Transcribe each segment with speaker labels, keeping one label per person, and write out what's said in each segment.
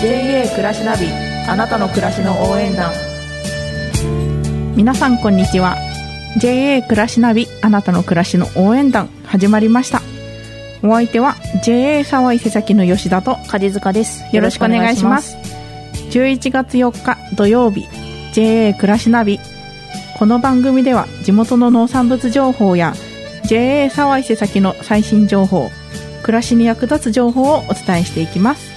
Speaker 1: 暮らしナビあなたの暮らしの応援団
Speaker 2: 皆さんこんにちは JA 暮らしナビあなたの暮らしの応援団始まりましたお相手は JA 沢伊勢崎の吉田と
Speaker 3: 梶塚です
Speaker 2: よろしくお願いします11月4日土曜日 JA 暮らしナビこの番組では地元の農産物情報や JA 沢伊勢崎の最新情報暮らしに役立つ情報をお伝えしていきます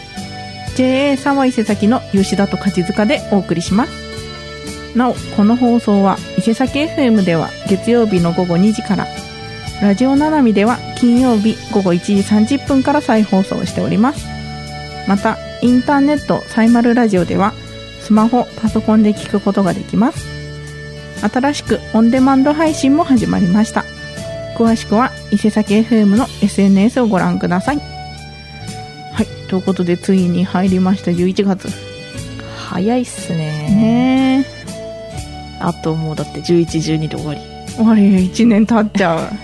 Speaker 2: JA 沢伊勢崎の吉田と勝塚でお送りしますなおこの放送は伊勢崎 FM では月曜日の午後2時からラジオななみでは金曜日午後1時30分から再放送しておりますまたインターネットサイマルラジオではスマホパソコンで聞くことができます新しくオンデマンド配信も始まりました詳しくは伊勢崎 FM の SNS をご覧くださいはいということでついに入りました11月
Speaker 3: 早いっすね
Speaker 2: ねえ
Speaker 3: あともうだって1112で終わり
Speaker 2: あれ1年経っちゃう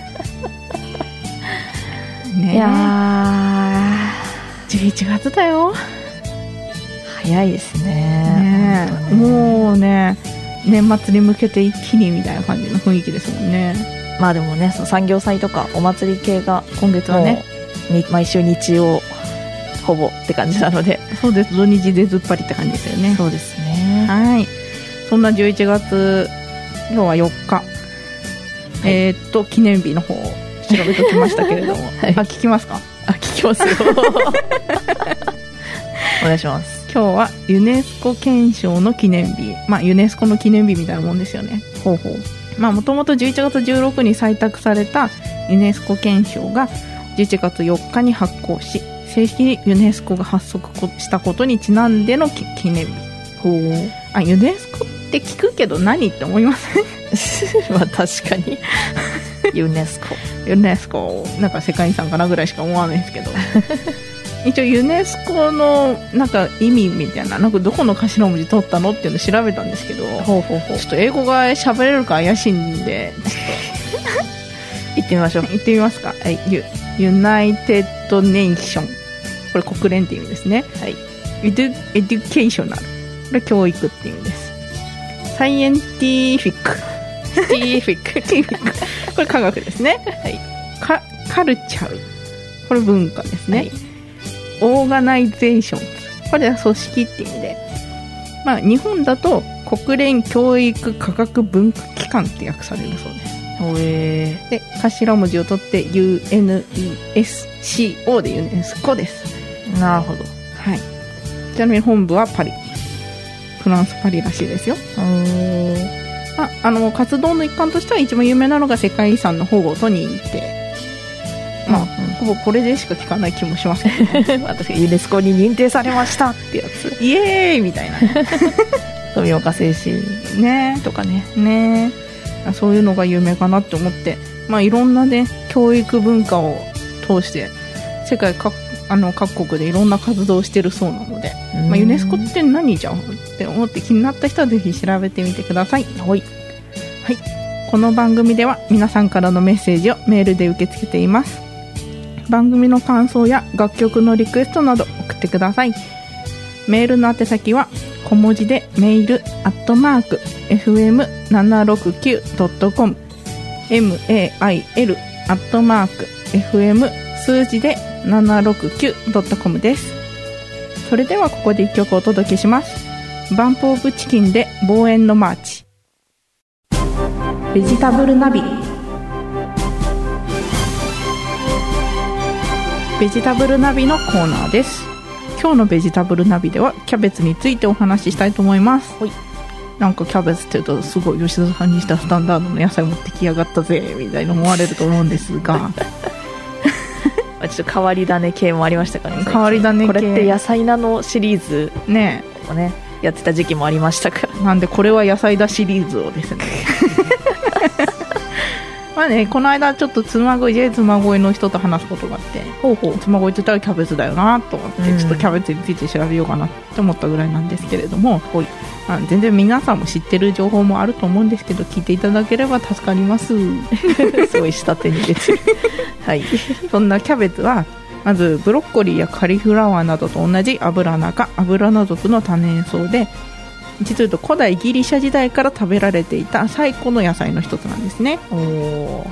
Speaker 2: ねえ
Speaker 3: いや
Speaker 2: 11月だよ
Speaker 3: ー早いですね
Speaker 2: ねえ
Speaker 3: 本当ね
Speaker 2: もうね年末に向けて一気にみたいな感じの雰囲気ですもんね
Speaker 3: まあでもねその産業祭とかお祭り系が
Speaker 2: 今月はね
Speaker 3: もうに毎週日曜ほぼって感じなので、
Speaker 2: そうです土日でずっぱりって感じですよね
Speaker 3: うですね
Speaker 2: はいそんな11月今日は4日、えーっと記念日の方を調べときましたけれど も、
Speaker 3: い
Speaker 2: あ聞きますか
Speaker 3: あ聞きますよ お願いします
Speaker 2: 今日はユネスコ憲章の記念日まあユネスコの記念日みたいなもんですよね
Speaker 3: ほうほう
Speaker 2: まあもともと11月16日に採択されたユネスコ憲章が11月4日に発行し正式にユネスコが発足こしたことにちなんでのき記念日
Speaker 3: ほう
Speaker 2: あユネスコって聞くけど何って思います
Speaker 3: まあ確かにユネスコ
Speaker 2: ユネスコなんか世界遺産かなぐらいしか思わないですけど 一応ユネスコのなんか意味みたいななんかどこの頭文字取ったのっていうの調べたんですけど
Speaker 3: ほうほうほ
Speaker 2: ちょっと英語が喋れるか怪しいんで
Speaker 3: 行ってみましょう
Speaker 2: 行ってみますかユユナイテッド・ネーションこれ国連って意味ですね
Speaker 3: はい
Speaker 2: エデュエデュケーショナルこれ教育って意味ですサイエンティフィックティフィックティフィックこれ科学ですね、
Speaker 3: はい
Speaker 2: カカルチャルこれ文化ですね、
Speaker 3: はい
Speaker 2: オーガナイゼーションこれは組織って意味でまあ日本だと国連教育科学文化機関って訳されるそうです
Speaker 3: ほえ
Speaker 2: で頭文字を取って UNESCO でユネスコです
Speaker 3: ー、なるほど
Speaker 2: はいちなみに本部はパリフランスパリらしいですよ、
Speaker 3: う
Speaker 2: まあ、あの活動の一環としては一番有名なのが世界遺産の保護と認定まあほぼこれでしか聞かない気もしますけど
Speaker 3: ん、私がユネスコに認定されましたってやつ
Speaker 2: イエーイみたいな
Speaker 3: 富岡製紙
Speaker 2: ね
Speaker 3: とかね
Speaker 2: ねあそういうのが有名かなって思って、まあ、いろんなね教育文化を通して世界各あの各国でいろんな活動をしてるそうなので、まあ、ユネスコって何じゃんって思って気になった人はぜひ調べてみてくださいはい、はい、この番組では皆さんからのメッセージをメールで受け付けています番組の感想や楽曲のリクエストなど送ってくださいメールの宛先は小文字でメールアットマーク fm769.com mail アットマーク fm 数字で 769.com ですそれではここで一曲お届けしますバンプオブチキンで望遠のマーチベジタブルナビベジタブルナビのコーナーです今日のベジタブルナビではキャベツについてお話ししたいと思います、
Speaker 3: はい
Speaker 2: なんかキャベツっていうとすごい吉田さんにしたスタンダードの野菜持ってきやがったぜみたいな思われると思うんです が
Speaker 3: まあちょっと変わり種系もありましたからね
Speaker 2: 変わり種系
Speaker 3: これって野菜なのシリーズ
Speaker 2: ね
Speaker 3: をねやってた時期もありましたから
Speaker 2: えなんでこれは野菜だシリーズをです ねまあねこの間ちょっと妻恋 J 妻恋の人と話すことがあって
Speaker 3: ほうほう
Speaker 2: 妻恋って言ったらキャベツだよなと思って、
Speaker 3: うん
Speaker 2: ちょっとキャベツについて調べようかなって思ったぐらいなんですけれども、
Speaker 3: はい
Speaker 2: まあ全然皆さんも知ってる情報もあると思うんですけど聞いていただければ助 かります
Speaker 3: すごい下手に出てるはい
Speaker 2: そんなキャベツはまずブロッコリーやカリフラワーなどと同じアブラナ科アブラナ属の多年草で実を言うと古代ギリシャ時代から食べられていた最古の野菜の一つなんですね、
Speaker 3: おお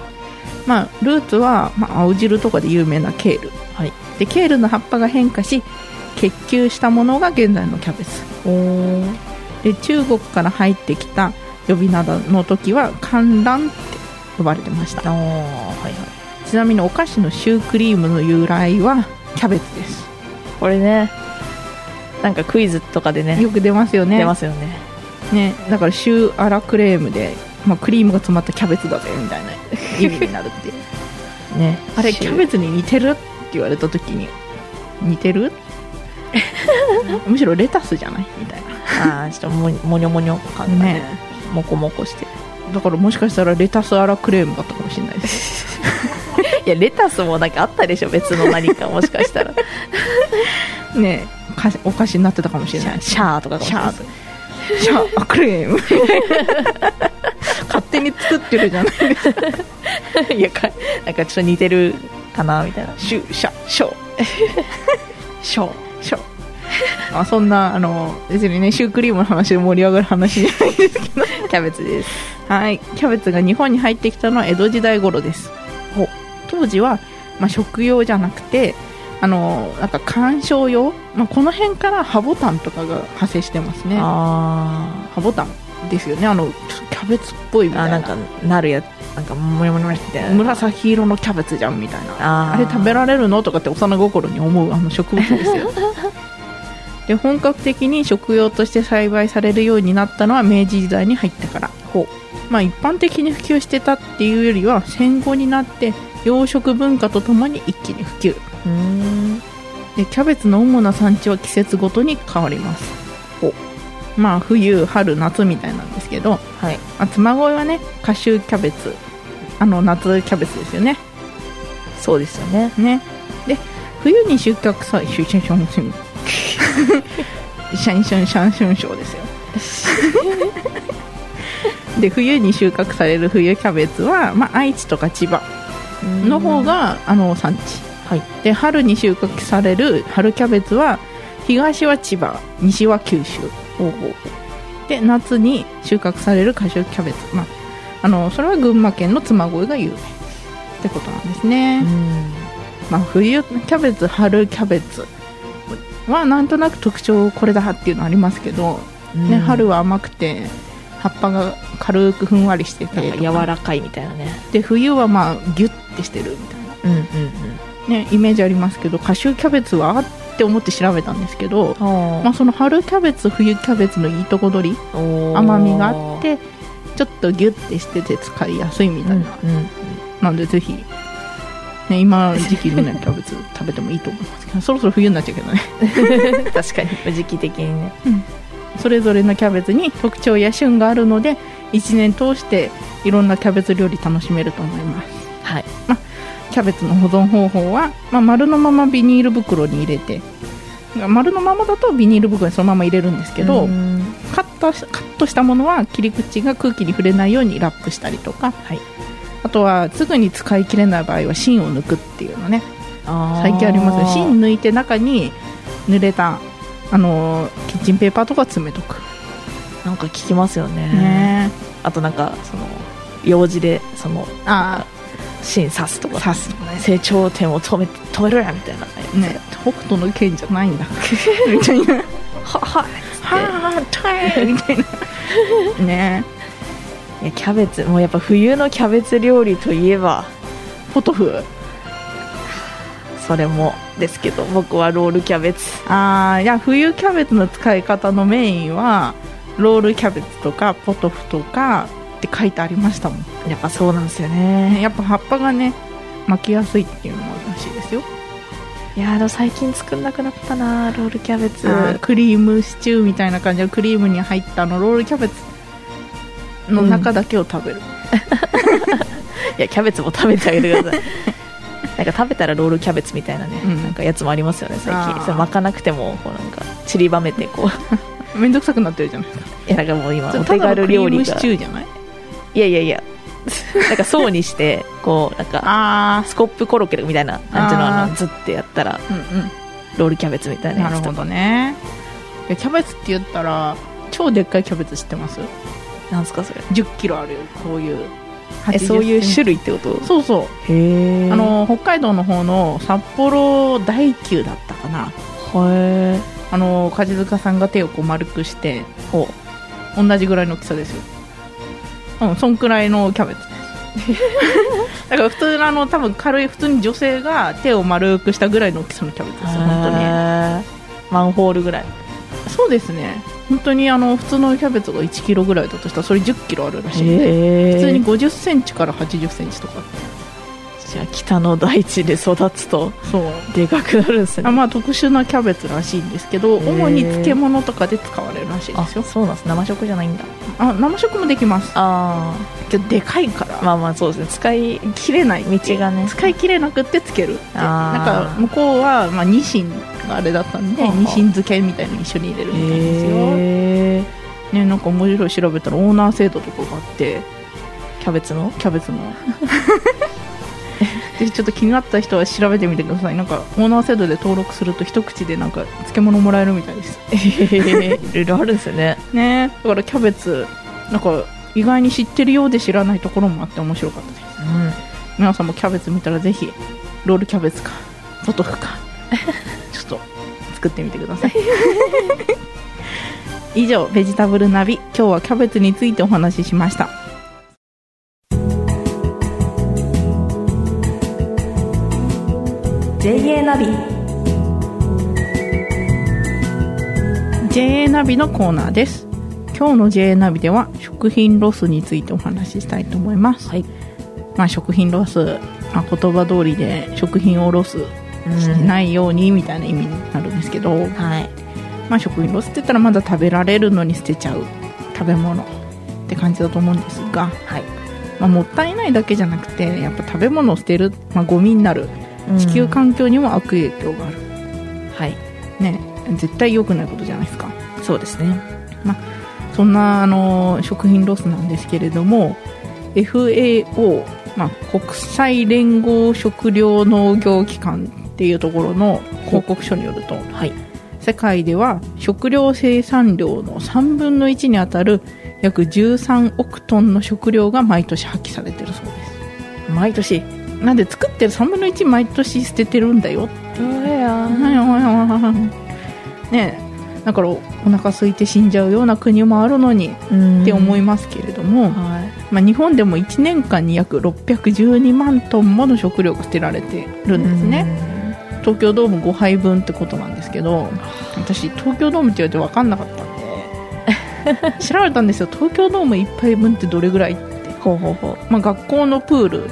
Speaker 2: まあ、ルーツは、まあ、青汁とかで有名なケール、
Speaker 3: はい
Speaker 2: でケールの葉っぱが変化し結球したものが現在のキャベツ
Speaker 3: おお
Speaker 2: で中国から入ってきた呼び名の時は観覧って呼ばれてました
Speaker 3: ああはいはい
Speaker 2: ちなみにお菓子のシュークリームの由来はキャベツです
Speaker 3: これねなんかクイズとかでね
Speaker 2: よく出ますよね
Speaker 3: 出ますよね
Speaker 2: ねだからシューアラクレームで、まあ、クリームが詰まったキャベツだぜみた いな意味になるっていう
Speaker 3: ね
Speaker 2: あれキャベツに似てるって言われた時に似て るむしろレタスじゃないみたいな
Speaker 3: ああちょっとももにょもにょ感がね
Speaker 2: ね
Speaker 3: もこもこして
Speaker 2: だからもしかしたらレタスアラクレームだったかもしれないです
Speaker 3: いやレタスもなんかあったでしょ別の何かもしか したら
Speaker 2: ねかお菓子になってたかもしれ
Speaker 3: シ
Speaker 2: な
Speaker 3: ャ
Speaker 2: い
Speaker 3: シャーとかかもしれない
Speaker 2: シじゃあクレ ーム勝手に作ってるじゃない
Speaker 3: いやかなんかちょっと似てるかなみたいな
Speaker 2: シュシャショー
Speaker 3: ショー
Speaker 2: ショ ーまあそんなあの別にねシュークリームの話で盛り上がる話じゃないですけど
Speaker 3: キャベツです
Speaker 2: はい、キャベツが日本に入ってきたのは江戸時代頃です
Speaker 3: ほう
Speaker 2: 当時は、まあ、食用じゃなくてあのなんか観賞用、まあ、この辺からハボタンとかが派生してますねハ
Speaker 3: あ
Speaker 2: ボタンですよねあのキャベツっぽいみ
Speaker 3: ーあ
Speaker 2: たい
Speaker 3: ー
Speaker 2: な
Speaker 3: なんかなるやなんかもやもやもやみたいな
Speaker 2: 紫色のキャベツじゃんみたいな
Speaker 3: あ
Speaker 2: あれ食べられるのとかって幼心に思うあの植物ですよで本格的に食用として栽培されるようになったのは明治時代に入ってからまあ、一般的に普及してたっていうよりは戦後になって養殖文化とともに一気に普及
Speaker 3: うーん
Speaker 2: でキャベツの主な産地は季節ごとに変わります
Speaker 3: お
Speaker 2: まあ冬春夏みたいなんですけど、
Speaker 3: はい
Speaker 2: まあ、妻恋はね夏秋キャベツあの夏キャベツですよね
Speaker 3: そうですよね
Speaker 2: ねで冬に収穫さシュシュシュンシュンシャンシュンシャンシュンショーですよで冬に収穫される冬キャベツは、まあ、愛知とか千葉の方があの産地、
Speaker 3: はい
Speaker 2: で春に収穫される春キャベツは東は千葉西は九州で夏に収穫される夏秋キャベツ、まあ、あのそれは群馬県の嬬恋が有名ってことなんですね、
Speaker 3: うん
Speaker 2: まあ、冬キャベツ春キャベツはなんとなく特徴これだっていうのありますけど、ね、春は甘くて葉っぱが軽くふんわりして
Speaker 3: な
Speaker 2: て
Speaker 3: んか柔らかいみたいなね
Speaker 2: で冬はまあギュッてしてるみたいな
Speaker 3: うんうんうん
Speaker 2: ね、イメージありますけど夏秋キャベツはって思って調べたんですけど、ま
Speaker 3: あ
Speaker 2: あ、その春キャベツ冬キャベツのいいとこ取り
Speaker 3: ー
Speaker 2: 甘みがあってちょっとギュッてしてて使いやすいみ
Speaker 3: うん
Speaker 2: た
Speaker 3: う
Speaker 2: い
Speaker 3: ん
Speaker 2: な、なんでぜひ、ね、今の時期の、ね、キャベツ食べてもいいと思いますけどそろそろ冬になっちゃうけどね
Speaker 3: 確かに時期的にね
Speaker 2: それぞれのキャベツに特徴や旬があるので1年通していろんなキャベツ料理楽しめると思います
Speaker 3: はい
Speaker 2: キャベツの保存方法は、まあ、丸のままビニール袋に入れて丸のままだとビニール袋にそのまま入れるんですけど、
Speaker 3: うん
Speaker 2: カットしカットしたものは切り口が空気に触れないようにラップしたりとか、
Speaker 3: はい
Speaker 2: あとはすぐに使い切れない場合は芯を抜くっていうのね
Speaker 3: あー
Speaker 2: 最近ありますよ芯抜いて中に濡れたあのーキッチンペーパーとか詰めとく、
Speaker 3: なんか聞きますよね
Speaker 2: ね
Speaker 3: あとなんかその用事でその
Speaker 2: えあ
Speaker 3: 芯刺すと
Speaker 2: あ
Speaker 3: か
Speaker 2: 刺す
Speaker 3: 成長点を止め止めろやみたいな
Speaker 2: ね北斗の剣じゃないんだ みたいな
Speaker 3: はは
Speaker 2: はあ痛いみたいな ね
Speaker 3: いやキャベツもうやっぱ冬のキャベツ料理といえば
Speaker 2: えポトフ
Speaker 3: それもですけど僕はロールキャベツ
Speaker 2: ああいや冬キャベツの使い方のメインはロールキャベツとかポトフとかって書いてありましたもん
Speaker 3: やっぱそうなんですよね
Speaker 2: ねやっぱ葉っぱがね巻きやすいっていうのもらしいですよ
Speaker 3: いやーでも最近作んなくなったなロールキャベツ
Speaker 2: あークリームシチューみたいな感じでクリームに入ったあのロールキャベツの中だけを食べる、
Speaker 3: いやキャベツも食べてあげてください なんか食べたらロールキャベツみたいなね、
Speaker 2: うん
Speaker 3: なんかやつもありますよね最
Speaker 2: あー
Speaker 3: 近それ巻かなくてもこうなんか散りばめてこう
Speaker 2: めんどくさくなってるじゃないですか
Speaker 3: いやなんかもう今お
Speaker 2: た
Speaker 3: 手
Speaker 2: だの
Speaker 3: 軽
Speaker 2: クリ
Speaker 3: 料
Speaker 2: ー
Speaker 3: 理
Speaker 2: ムシ
Speaker 3: が
Speaker 2: チューじゃない
Speaker 3: いやいやいやなんか層にしてこうなんか
Speaker 2: あ
Speaker 3: スコップコロッケみたいな感じの
Speaker 2: あー
Speaker 3: あのズッてやったら
Speaker 2: あうん
Speaker 3: ロールキャベツみた
Speaker 2: う
Speaker 3: い
Speaker 2: ん
Speaker 3: な
Speaker 2: な
Speaker 3: や
Speaker 2: る
Speaker 3: つと
Speaker 2: ほ
Speaker 3: か
Speaker 2: どねでキャベツって言ったら超でっかいキャベツ知ってます
Speaker 3: なんすかそれ
Speaker 2: 1 0キロあるよこういう
Speaker 3: えそういう種
Speaker 2: 種
Speaker 3: 類ってこと
Speaker 2: そうそう
Speaker 3: へえ
Speaker 2: あの北海道の方の札幌大級だったかな
Speaker 3: へえ
Speaker 2: あの梶塚さんが手をこう丸くしてこう同じぐらいの大きさですようんそんくらいのキャベツです だから普通のあの多分軽い普通に女性が手を丸くしたぐらいの大きさのキャベツですよ本当
Speaker 3: 本当にマンホールぐらい
Speaker 2: にそうですね本当にあの普通のキャベツが1キロぐらいだとしたらそれ1 0キロあるらしいんで、
Speaker 3: へえ
Speaker 2: 普通に5 0センチから8 0センチとか
Speaker 3: じゃあ北の大地で育つと
Speaker 2: そう
Speaker 3: でかくなるんです
Speaker 2: あ
Speaker 3: ね
Speaker 2: まあ特殊なキャベツらしいんですけど
Speaker 3: へー
Speaker 2: 主に漬物とかで使われるらしいですよ
Speaker 3: そうなんです生食じゃないんだ
Speaker 2: あ生食もできます
Speaker 3: あ
Speaker 2: けどでかいから、
Speaker 3: あまあまあそうですね使い
Speaker 2: 切れない
Speaker 3: 道がね
Speaker 2: 使い切れなくってつけるって
Speaker 3: あー
Speaker 2: なんか向こうは、まあ、ニシンがあれだったんで
Speaker 3: ほうほう
Speaker 2: ニシン漬けみたいに一緒に入れるみたいですよ、
Speaker 3: へえ
Speaker 2: ね、なんか面白い調べたらオーナー制度とかがあって
Speaker 3: キャベツの
Speaker 2: キャベツの でちょっと気になった人は調べてみてくださいなんかオーナー制度で登録すると一口でなんか漬物もらえるみたいです
Speaker 3: いろいろあるんですよね
Speaker 2: ねだからキャベツなんか意外に知ってるようで知らないところもあって面白かったです
Speaker 3: うん
Speaker 2: 皆さんもキャベツ見たらぜひロールキャベツかポトフか ちょっと作ってみてください以上ベジタブルナビ今日はキャベツについてお話ししました
Speaker 1: ナビ
Speaker 2: JA ナビのコーナーです今日の JA ナビでは食品ロスについてお話ししたいと思います、
Speaker 3: はい
Speaker 2: まあ、食品ロス、まあ、言葉通りで食品をロスしてないようにみたいな意味になるんですけど、
Speaker 3: はい
Speaker 2: まあ、食品ロスって言ったらまだ食べられるのに捨てちゃう食べ物って感じだと思うんですが、
Speaker 3: はい
Speaker 2: まあ、もったいないだけじゃなくてやっぱ食べ物を捨てる、まあ、ゴミになる地球環境にも悪影響がある、
Speaker 3: はい
Speaker 2: ね絶対良くないことじゃないですか
Speaker 3: そうですね
Speaker 2: そんなあの食品ロスなんですけれども FAO、まあ、国際連合食糧農業機関っていうところの報告書によると
Speaker 3: はい
Speaker 2: 世界では食料生産量の3分の1にあたる約13億トンの食料が毎年破棄されてるそうで
Speaker 3: 毎年
Speaker 2: すなんで作ってる3分の1毎年捨ててるんだよ ねえだからお腹空いて死んじゃうような国もあるのに
Speaker 3: うん
Speaker 2: って思い
Speaker 3: い
Speaker 2: ますけれども、
Speaker 3: はい
Speaker 2: まあ、日本でも1年間に約612万トンもの食料が捨てられてるんですね、
Speaker 3: ね
Speaker 2: 東京ドーム5杯分ってことなんですけど私東京ドームって言われて分かんなかったんで 調べたんですよ東京ドーム1杯分ってどれぐらいって、
Speaker 3: ほうほうほう
Speaker 2: まあ、学校のプール、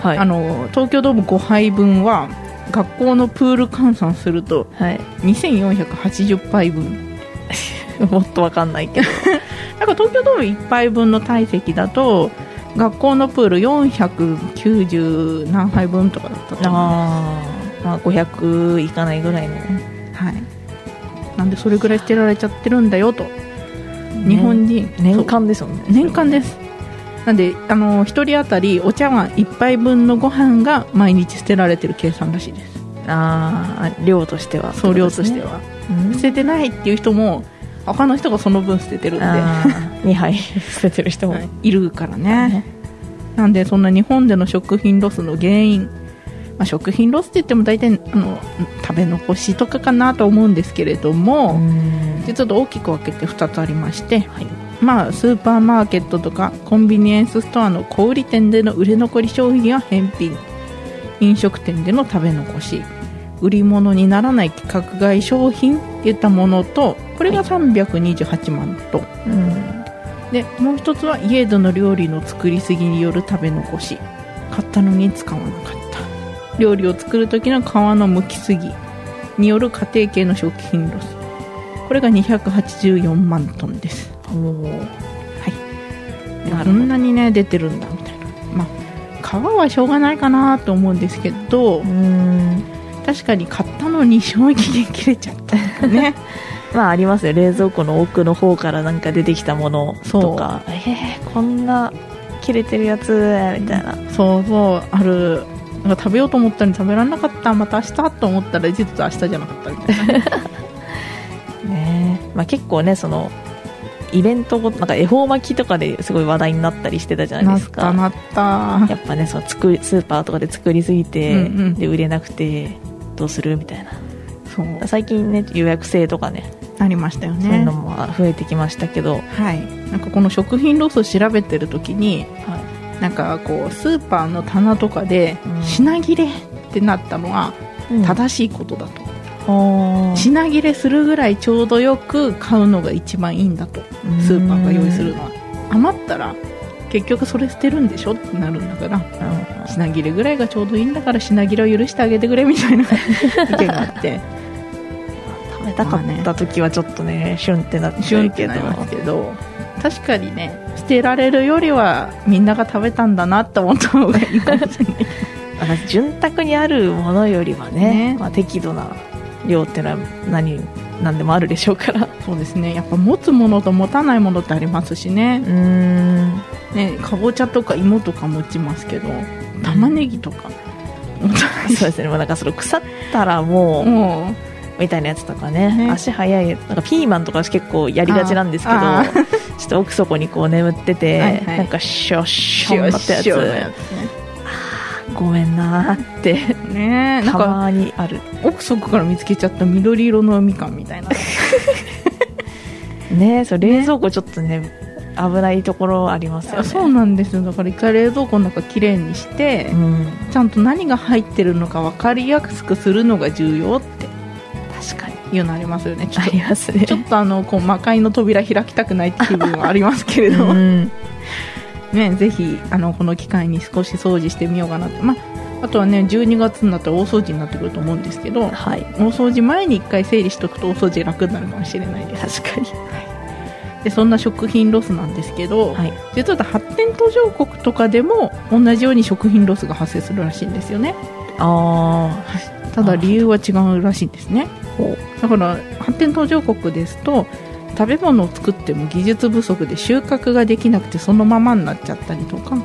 Speaker 3: はい
Speaker 2: あの東京ドーム5杯分は学校のプール換算すると
Speaker 3: はい
Speaker 2: 2480杯分
Speaker 3: もっとわかんないけど
Speaker 2: だから東京ドーム1杯分の体積だと学校のプール490何杯分とかだったと思う
Speaker 3: あーまあ500いかないぐらいの、
Speaker 2: はい、なんでそれぐらい捨てられちゃってるんだよと日本人
Speaker 3: 年間ですもんね
Speaker 2: そう年間ですなんであの1人当たりお茶碗1杯分のご飯が毎日捨てられてる計算らしいです
Speaker 3: ああ量としては
Speaker 2: 総量として
Speaker 3: は、
Speaker 2: は、
Speaker 3: うん
Speaker 2: 捨ててないっていう人も他の人がその分捨ててるんで、
Speaker 3: あー2杯 捨ててる人も、
Speaker 2: い、るからねなんでそんな日本での食品ロスの原因、まあ、食品ロスって言っても大体あの食べ残しとかかなと思うんですけれども、
Speaker 3: うん
Speaker 2: でちょっと大きく分けて2つありまして、まあ、スーパーマーケットとかコンビニエンスストアの小売店での売れ残り商品や返品飲食店での食べ残し売り物にならない規格外商品っていったものとこれが328万トン、
Speaker 3: うん
Speaker 2: でもう一つは家での料理の作りすぎによる食べ残し買ったのに使わなかった料理を作る時の皮の剥きすぎによる家庭系の食品ロスこれが284万トンです
Speaker 3: も
Speaker 2: はい
Speaker 3: なるほど
Speaker 2: こんなにね出てるんだみたいなまあ皮はしょうがないかなと思うんですけど
Speaker 3: ううん
Speaker 2: 確かに買ったのに 賞味期限切れちゃったとかね
Speaker 3: まあありますよ冷蔵庫の奥の方からなんか出てきたもの
Speaker 2: そう
Speaker 3: とかえー、こんな切れてるやつみたいな、
Speaker 2: そうそうあるなんか食べようと思ったのに食べられなかったまた明日と思ったら実は明日じゃなかったみたいな
Speaker 3: ねえまあ、結構ねそのイベントごとなんか恵方巻きとかですごい話題になったりしてたじゃな い
Speaker 2: な
Speaker 3: で
Speaker 2: っ
Speaker 3: す
Speaker 2: た
Speaker 3: か
Speaker 2: なった
Speaker 3: やっぱねその作りスーパーとかで作りすぎて、
Speaker 2: うんうん
Speaker 3: で売れなくてどうするみたいな
Speaker 2: そう
Speaker 3: 最近ね予約制とかね
Speaker 2: なりましたよ
Speaker 3: そういう
Speaker 2: ね
Speaker 3: のも増えてきましたけど、
Speaker 2: はいなんかこの食品ロスを調べてる時に
Speaker 3: は
Speaker 2: なんかこうスーパーの棚とかで
Speaker 3: うん
Speaker 2: 品切れってなったのはい正しいことだと、
Speaker 3: おー
Speaker 2: 品切れするぐらいちょうどよく買うのが一番いいんだとスーパーが用意するのは余ったら結局それ捨てるんでしょってなるんだから
Speaker 3: うん
Speaker 2: 品切れぐらいがちょうどいいんだから品切れを許してあげてくれみたいな意見があって
Speaker 3: 食べたかった時はちょっとねシュンってなっち
Speaker 2: シ
Speaker 3: ゃ
Speaker 2: ュン
Speaker 3: う
Speaker 2: っ
Speaker 3: け
Speaker 2: て
Speaker 3: ど
Speaker 2: なりますけど確かにね捨てられるよりはみんなが食べたんだなって思った方がいいかもしれない
Speaker 3: まあ潤沢にあるものよりはね
Speaker 2: ね
Speaker 3: まあ、適度な量ってのは何何でもあるでしょうから
Speaker 2: そうですねやっぱ持つものと持たないものってありますしね
Speaker 3: うん
Speaker 2: ねかぼちゃとか芋とか持ちますけど玉ねぎとか持たないし
Speaker 3: そうですねもうなんかその腐ったらもう、
Speaker 2: もう
Speaker 3: みたいなやつとかね
Speaker 2: ね
Speaker 3: 足早いやつなんかピーマンとか結構やりがちなんですけど
Speaker 2: あーあ
Speaker 3: ちょっと奥底にこう眠ってて
Speaker 2: はいはい
Speaker 3: なんかショッショ
Speaker 2: 塩
Speaker 3: ンだったやつ
Speaker 2: 塩のやつ
Speaker 3: ごめんなーって
Speaker 2: ねねなん
Speaker 3: た
Speaker 2: か
Speaker 3: まにある
Speaker 2: 奥底から見つけちゃった緑色のみかんみたいな
Speaker 3: ねそう冷蔵庫ちょっとね危ないところありますよね
Speaker 2: そうなんですよだから一回冷蔵庫の中きれいにして、
Speaker 3: うん
Speaker 2: ちゃんと何が入ってるのか分かりやすくするのが重要って
Speaker 3: 確かに
Speaker 2: いうのありますよねちょっ
Speaker 3: あ
Speaker 2: と
Speaker 3: りますね
Speaker 2: ちょっとあのこう魔界の扉開きたくないって気分はありますけれど、
Speaker 3: うん
Speaker 2: ね、ぜひあのこの機会に少し掃除してみようかなって、まあ、あとはね12月になったら大掃除になってくると思うんですけど
Speaker 3: はい
Speaker 2: 大掃除前に一回整理しておくと大掃除楽になるかもしれないです
Speaker 3: 確かに
Speaker 2: でそんな食品ロスなんですけど、
Speaker 3: はい
Speaker 2: 実は発展途上国とかでも同じように食品ロスが発生するらしいんですよね
Speaker 3: あ
Speaker 2: ただ
Speaker 3: あー
Speaker 2: 理由は違うらしいんですね
Speaker 3: あほう
Speaker 2: だから発展途上国ですと食べ物を作っても技術不足で収穫ができなくてそのままになっちゃったりとか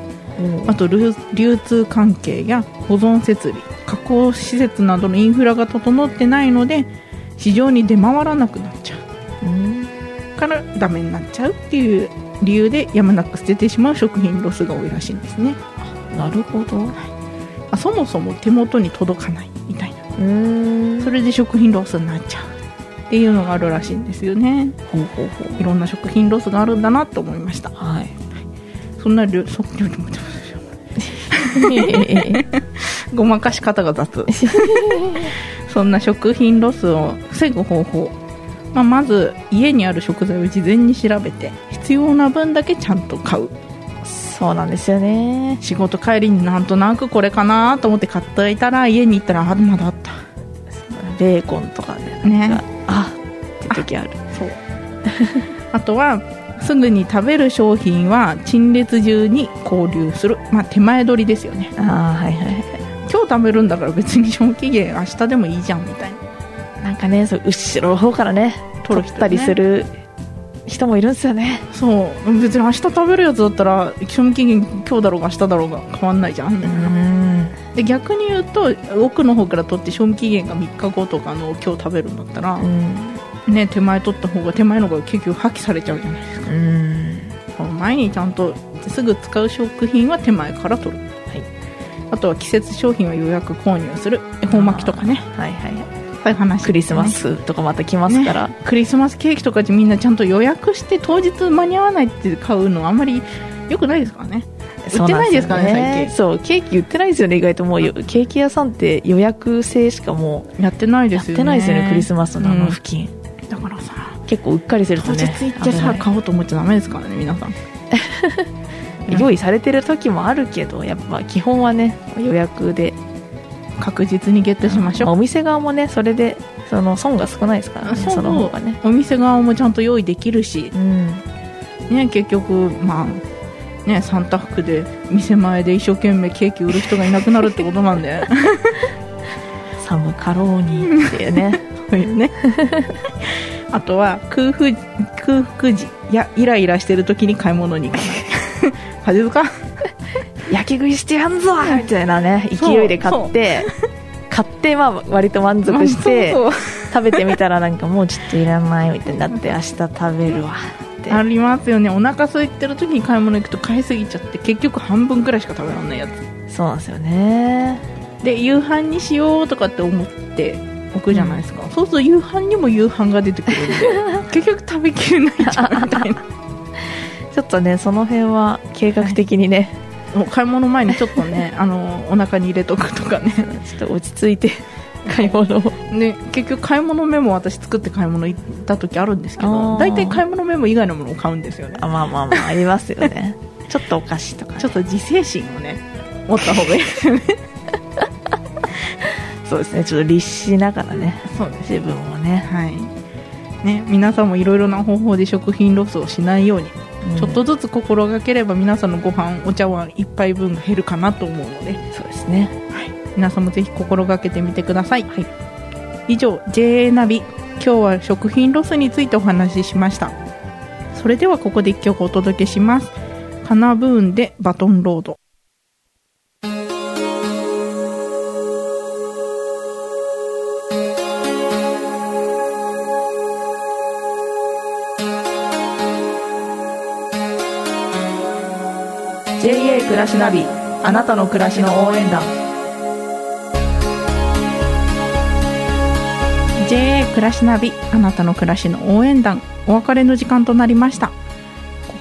Speaker 2: あと流流通関係や保存設備加工施設などのインフラが整ってないので市場に出回らなくなっちゃう
Speaker 3: うん
Speaker 2: からダメになっちゃうっていう理由でやむなく捨ててしまう食品ロスが多いらしいんですね
Speaker 3: なるほど
Speaker 2: あそもそも手元に届かないみたいな
Speaker 3: うん
Speaker 2: それで食品ロスになっちゃうっていうのがあるらしいんですよね
Speaker 3: ほうほうほ
Speaker 2: いろんな食品ロスがあるんだなと思いました
Speaker 3: うはい
Speaker 2: そんなりょそ ごまかし方が雑そんな食品ロスを防ぐ方法、まあ、まず家にある食材を事前に調べて必要な分だけちゃんと買う
Speaker 3: そうなんですよね
Speaker 2: 仕事帰りになんとなくこれかなと思って買っていたら家に行ったらあまだあった
Speaker 3: ベーコンとかね
Speaker 2: ね
Speaker 3: なんかあって時ある
Speaker 2: そう あとはすぐに食べる商品は陳列中に購入する、まあ、手前取りですよね
Speaker 3: ああはいはい
Speaker 2: 今日食べるんだから別に賞期限明日でもいいじゃんみたいな
Speaker 3: なんかねそう後ろの方からね
Speaker 2: 取
Speaker 3: 取
Speaker 2: る人ね
Speaker 3: ったりする人もいるんですよね
Speaker 2: そう別に明日食べるやつだったら賞味期限今日だろうが明日だろうが変わんないじゃんみたいな、で逆に言うと奥の方から取って賞味期限が3日後とかの今日食べるんだったら
Speaker 3: う、ん
Speaker 2: ね手前取った方が手前の方が結局破棄されちゃうじゃないですか
Speaker 3: うん
Speaker 2: 前にちゃんとすぐ使う食品は手前から取る、
Speaker 3: い
Speaker 2: あとは季節商品は予約購入する恵方巻きとかね
Speaker 3: はいはい
Speaker 2: そういう話ですね、
Speaker 3: クリスマスとかまた来ますから、
Speaker 2: ねクリスマスケーキとかでみんなちゃんと予約して当日間に合わないって買うのあんまり良くないですからね売ってないですからね
Speaker 3: そうな
Speaker 2: 最
Speaker 3: んですよねそうケーキ売ってないですよね意外ともうよケーキ屋さんって予約制しかも
Speaker 2: やってないで
Speaker 3: やっ
Speaker 2: すよね
Speaker 3: てないですよねクリスマスのあ
Speaker 2: う
Speaker 3: の
Speaker 2: ん
Speaker 3: 付近、
Speaker 2: だからさ
Speaker 3: 結構うっかりする
Speaker 2: 当
Speaker 3: と
Speaker 2: 日
Speaker 3: ね
Speaker 2: 行ってさ
Speaker 3: 危ない
Speaker 2: 買おうと思っちゃダメですからね皆さんうん
Speaker 3: 用意されてる時もあるけどやっぱ基本はね予約で
Speaker 2: 確実にゲットしまし
Speaker 3: まあ
Speaker 2: ょ
Speaker 3: お
Speaker 2: う
Speaker 3: 店側もねそれでその損が少ないですからね
Speaker 2: そう
Speaker 3: その方がね
Speaker 2: お店側もちゃんと用意できるし
Speaker 3: う、ん
Speaker 2: ね、結局まあねサンタ服で店前で一生懸命ケーキ売る人がいなくなるってことなんで
Speaker 3: 寒かろうにっていうね
Speaker 2: そういうね あとは空 腹空腹時やイライラしてる時に買い物に行かない風邪ですか
Speaker 3: 焼き食いしてやんぞみたいなね
Speaker 2: そう
Speaker 3: 勢いで買って買ってまあ割と満足して
Speaker 2: そう
Speaker 3: 食べてみたらなんかもうちょっといらないみたいにな って明日食べるわって
Speaker 2: ありますよねお腹空いてる時に買い物行くと買いすぎちゃって結局半分くらいしか食べられないやつ
Speaker 3: そうなんですよね
Speaker 2: で夕飯にしようとかって思っておくじゃないですか、そうすると夕飯にも夕飯が出てくるんで 結局食べきれないじゃんみたいな
Speaker 3: ちょっとねその辺は計画的にね、
Speaker 2: もう買い物前にちょっと ねあのお腹に入れとくとかね
Speaker 3: ちょっと落ち着いて買い物を
Speaker 2: ね結局買い物メモ私作って買い物行った時あるんですけ
Speaker 3: あ
Speaker 2: ど
Speaker 3: ー
Speaker 2: 大体買い物メモ以外のものを買うんですよね
Speaker 3: あまあまあまあありますよ ねちょっとお菓子とか、
Speaker 2: ちょっと自制心をね持った方がいいで すよね
Speaker 3: そうですねちょっと律しながらね
Speaker 2: そうです
Speaker 3: 自分をね、
Speaker 2: はいね、皆さんもいろいろな方法で食品ロスをしないように、
Speaker 3: うん
Speaker 2: ちょっとずつ心がければ皆さんのご飯お茶碗一杯分が減るかなと思うので
Speaker 3: そうですね
Speaker 2: 皆さんもぜひ心がけてみてください、以上 JA ナビ今日は食品ロスについてお話ししましたそれではここで一曲お届けしますカナブーンでバトンロード
Speaker 1: 暮らしナビあなたの暮らしの応援団
Speaker 2: JA 暮らしナビあなたの暮らしの応援団お別れの時間となりましたこ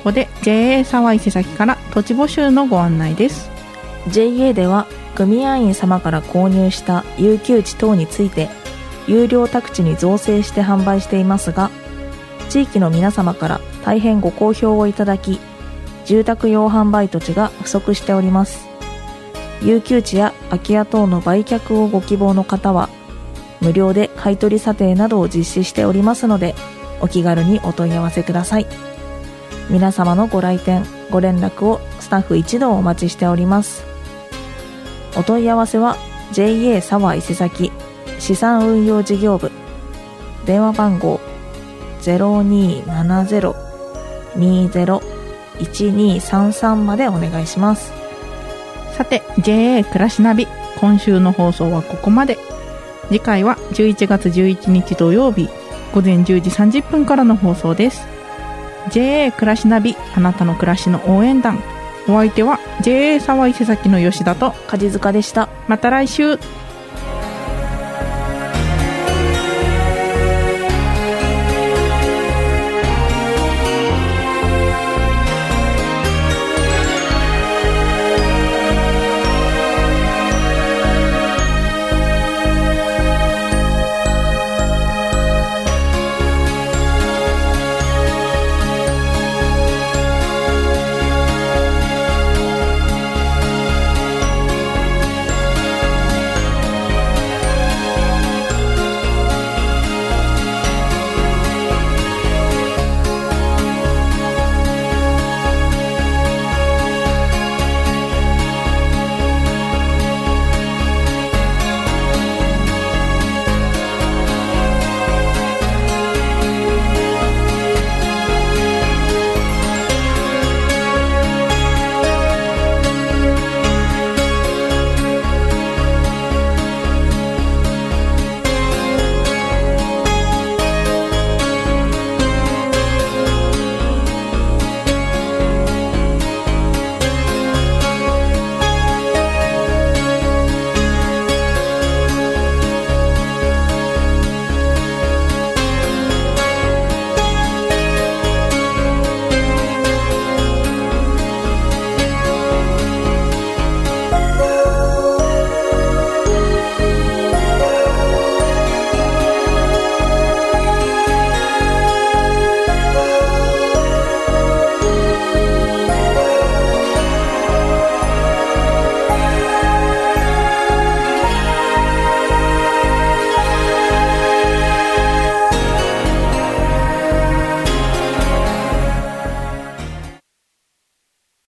Speaker 2: こで JA 沢井瀬崎から土地募集のご案内です
Speaker 3: JA では組合員様から購入した有給地等について有料宅地に造成して販売していますが地域の皆様から大変ご好評をいただき住宅用販売土地が不足しております有給地や空き家等の売却をご希望の方は無料で買取査定などを実施しておりますのでお気軽にお問い合わせください皆様のご来店ご連絡をスタッフ一同お待ちしておりますお問い合わせは JA 沢伊勢崎資産運用事業部電話番号0270-20-1233までお願いします
Speaker 2: さて JA 暮らしナビ今週の放送はここまで次回は11月11日土曜日午前10時30分からの放送です JA 暮らしナビあなたの暮らしの応援団お相手は JA 沢井瀬崎の吉田と
Speaker 3: 梶塚でした
Speaker 2: また来週